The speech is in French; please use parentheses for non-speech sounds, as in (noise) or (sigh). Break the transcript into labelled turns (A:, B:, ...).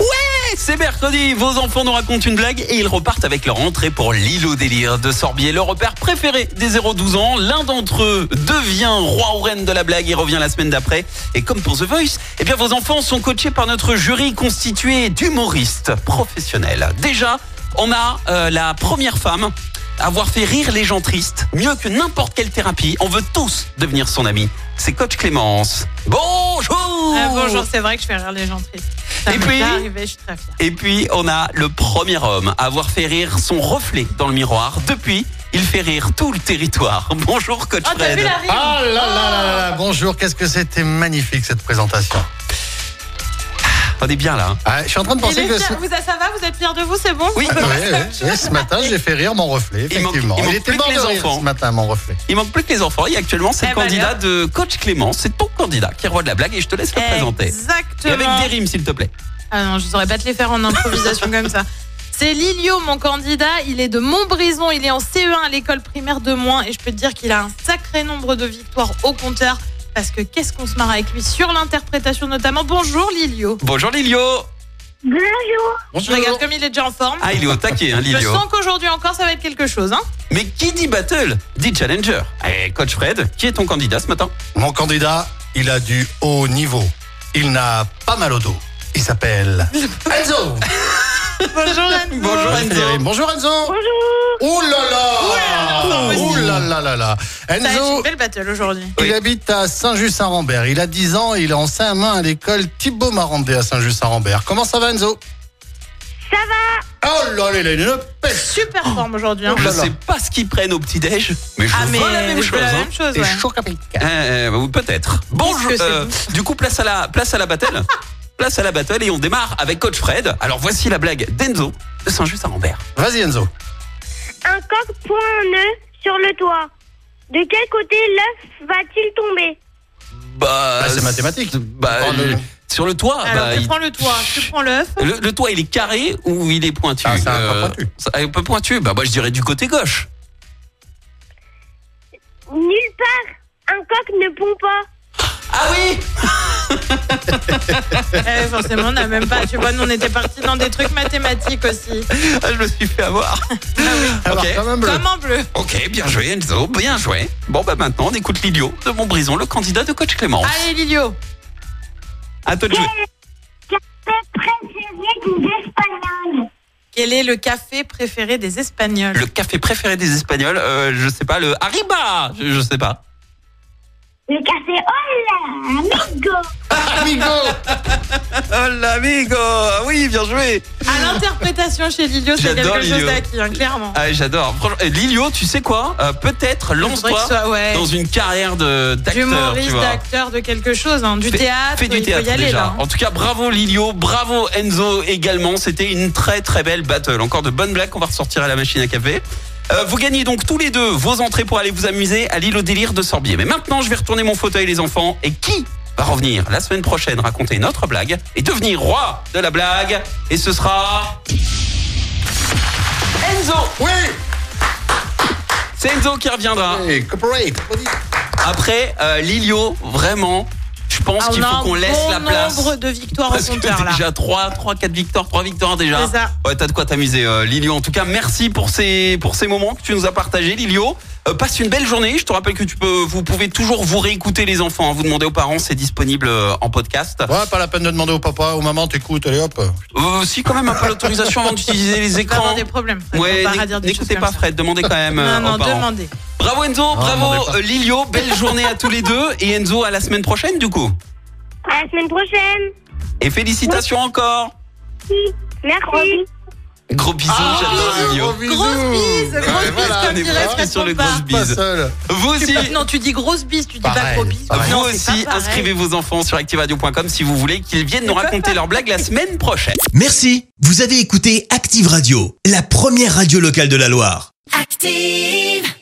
A: Et C'est mercredi, vos enfants nous racontent une blague et ils repartent avec leur entrée pour l'île au délire de Sorbier, leur repère préféré des 0-12 ans. L'un d'entre eux devient roi ou reine de la blague et revient la semaine d'après. Et comme pour The Voice, eh bien vos enfants sont coachés par notre jury constitué d'humoristes professionnels. Déjà, on a euh, la première femme à avoir fait rire les gens tristes, mieux que n'importe quelle thérapie. On veut tous devenir son ami. C'est Coach Clémence. Bonjour
B: Ah, bonjour, c'est vrai que je fais rire les gens tristes. Ça
A: Et
B: m'est
A: puis
B: déjà arrivé, je suis très fière.
A: Et puis, on a le premier homme à avoir fait rire son reflet dans le miroir. Depuis, il fait rire tout le territoire. (laughs) Bonjour, coach
B: Oh, t'as
A: Fred.
B: vu la rime
C: Ah là là là là là, bonjour, qu'est-ce que c'était magnifique cette présentation.
A: on est bien là. hein.
C: Ah, je suis en train de
B: Oh. Il
C: penser
B: est
C: que
B: fier.
C: ce...
B: Vous, ça va Vous êtes fiers de vous C'est bon
A: Oui.
B: (laughs)
C: Ouais, ouais, ouais, ce matin, j'ai fait rire mon reflet,
A: Il manque-
C: effectivement.
A: il
C: Il,
A: manque
C: était
A: plus que
C: mort de
A: les
C: rire
A: enfants.
C: ce matin, mon reflet.
A: Il manque plus que les enfants. Et actuellement, c'est le
B: Eh ben,
A: candidat de coach Clément. C'est ton candidat qui est roi de la blague et je te laisse le présenter. Et
B: Exactement.
A: avec des rimes, s'il te plaît.
B: Ah non, je saurais pas te les faire en
A: (laughs)
B: improvisation comme ça. C'est Lilio, mon candidat. Il est de Montbrison. Il est en CE1 à l'école primaire de Moins. Et je peux te dire qu'il a un sacré nombre de victoires au compteur. Parce que qu'est-ce qu'on se marre avec lui sur l'interprétation notamment. Bonjour Lilio.
A: Bonjour, Lilio.
C: Bonjour.
B: Regarde comme il est déjà en forme.
A: Ah, il est au taquet, hein,
B: Je
A: Lilio.
B: sens qu'aujourd'hui encore ça va être quelque chose. Hein
A: Mais qui dit battle dit challenger. Et coach Fred, qui est ton candidat ce matin
C: Mon candidat, il a du haut niveau. Il n'a pas mal au dos. Il (laughs) s'appelle Enzo.
B: Bonjour Anne.
A: Bonjour, Enzo.
C: Bonjour Enzo. Bonjour. Oh là là. Oh là là là là.
B: Ça va être une
C: Enzo,
B: belle battle aujourd'hui.
A: Oui.
C: Il habite à Saint-Just-Saint-Rambert. Il a 10 ans et il est en CM1 à l'école Thibaut Marandé à Saint-Just-Saint-Rambert. Comment ça va, Enzo Ça va Oh là là, il a une pêche
B: Super forme aujourd'hui. hein.
C: Oh
A: Je
C: là là.
A: sais pas ce qu'ils prennent au petit-déj, mais je
B: Ah mais
A: vois la même
B: c'est
A: chose.
B: la
A: hein.
B: même chose,
C: et
B: ouais.
C: chaud comme une-
A: Euh, oui, peut-être. Bonjour.
B: que c'est
A: euh, du coup, place à la place à la
B: (laughs)
A: battle. place à la battle et on démarre avec Coach Fred. Alors voici la blague d'Enzo de Saint-Just à Rambert.
C: Vas-y, Enzo.
D: Un coq pond un œuf sur le toit. De quel côté l'œuf va-t-il tomber
A: Bah,
C: Ah, c'est mathématique.
A: Bah,
C: Oh, le-
A: euh, sur le toit.
B: Alors,
A: bah,
B: tu
A: il-
B: prends le toit, tu prends l'œuf.
A: le, le toit, il est carré ou il est pointu
C: Ah, c'est un peu pointu.
A: c'est Un peu pointu. Bah, moi, je dirais du côté gauche.
D: Nulle part, un coq ne pond pas.
A: Ah oui.
B: Eh, forcément, on n'a même pas. Tu vois, nous, on était partis dans des trucs mathématiques aussi.
A: Ah, (laughs) je me suis fait avoir.
C: Alors, quand même, le-
B: Comme en bleu.
A: Ok, bien joué Enzo, bien joué. Bon bah maintenant on écoute Lilio de Montbrison, le candidat de coach Clémence.
B: Allez, Lilio.
A: À toi de jouer.
D: C'est préféré des Espagnols.
B: Quel est le café préféré des Espagnols
A: Le café préféré des Espagnols, euh, je sais pas, le Arriba, je, je sais pas.
D: Le café hola, amigo.
C: (laughs) Amigo.
A: Oh l'amigo Ah Oui, bien joué
B: À l'interprétation chez Lilio, c'est
A: J'adore
B: quelque chose
A: Lilio.
B: d'acquis, hein, clairement.
A: Ah, j'adore. Franchement, eh, Lilio, tu sais quoi Euh, Peut-être
B: Faudrait que ce
A: lance-toi
B: soit, ouais,
A: dans une carrière de- d'acteur, tu
B: d'humoriste,
A: vois.
B: d'acteur, de quelque chose, hein, du
A: Fais-
B: théâtre.
A: Fais du
B: il
A: théâtre
B: faut y aller,
A: déjà.
B: là. hein.
A: En tout cas, bravo Lilio, bravo Enzo également. C'était une très très belle battle. Encore de bonnes blagues qu'on va ressortir à la machine à café. Euh, vous gagnez donc tous les deux vos entrées pour aller vous amuser à l'île au délire de Sorbier. Mais maintenant, je vais retourner mon fauteuil, les enfants. Et qui va revenir la semaine prochaine raconter une autre blague et devenir roi de la blague Et ce sera. Enzo
C: Oui.
A: C'est Enzo qui reviendra.
C: Et corporate.
A: Après, euh, Lilio, vraiment, je pense
B: Ah,
A: qu'il
B: on a
A: faut
B: un
A: qu'on laisse
B: bon
A: la place.
B: nombre de victoires au
A: Parce que
B: compteur, là.
A: déjà 3, 3, 4 victoires, 3 victoires déjà.
B: C'est ça.
A: Ouais, t'as de quoi t'amuser, euh, Lilio. En tout cas, merci pour ces, pour ces moments que tu nous as partagés, Lilio. Euh, passe une belle journée. Je te rappelle que tu peux, vous pouvez toujours vous réécouter, les enfants. hein. Vous demandez aux parents, c'est disponible euh, en podcast.
C: Ouais, pas la peine de demander au papa, au maman, t'écoutes, allez hop.
A: Euh, si, quand même, un peu l'autorisation avant d'utiliser
B: (laughs)
A: les
B: On va avoir
A: écrans.
B: des problèmes. Fred,
A: Ouais,
B: on va
A: n'éc-
B: pas dire des choses
A: n'écoutez
B: comme
A: pas
B: ça.
A: Fred, demandez quand même euh,
B: Non, non,
A: aux parents.
B: demandez.
A: Bravo Enzo,
C: demandez
A: bravo
C: pas.
A: euh, Lilio, belle journée à tous les deux et Enzo à la semaine prochaine du coup.
D: À la semaine prochaine.
A: Et félicitations encore.
D: Merci.
A: Gros Ah, bisous, j'adore Lilio.
B: Grosse bise, grosse
C: Ouais,
B: bise,
C: voilà,
B: comme
A: on est
B: dirait
A: presque
B: Fred
A: sur le
B: Pompard.
A: grosse
C: Pas
A: bise.
C: seul.
A: Vous
B: Tu
A: aussi,
B: peux- non, tu dis grosse bise, tu dis pas
C: Pareil,
B: gros bise.
C: pareil.
B: Ah bah Non,
A: vous
B: c'est pas
A: aussi,
B: pareil.
A: inscrivez vos enfants sur activeradio.com si vous voulez qu'ils viennent nous raconter leurs blagues la semaine prochaine.
E: Merci, vous avez écouté Active Radio, la première radio locale de la Loire.
F: active.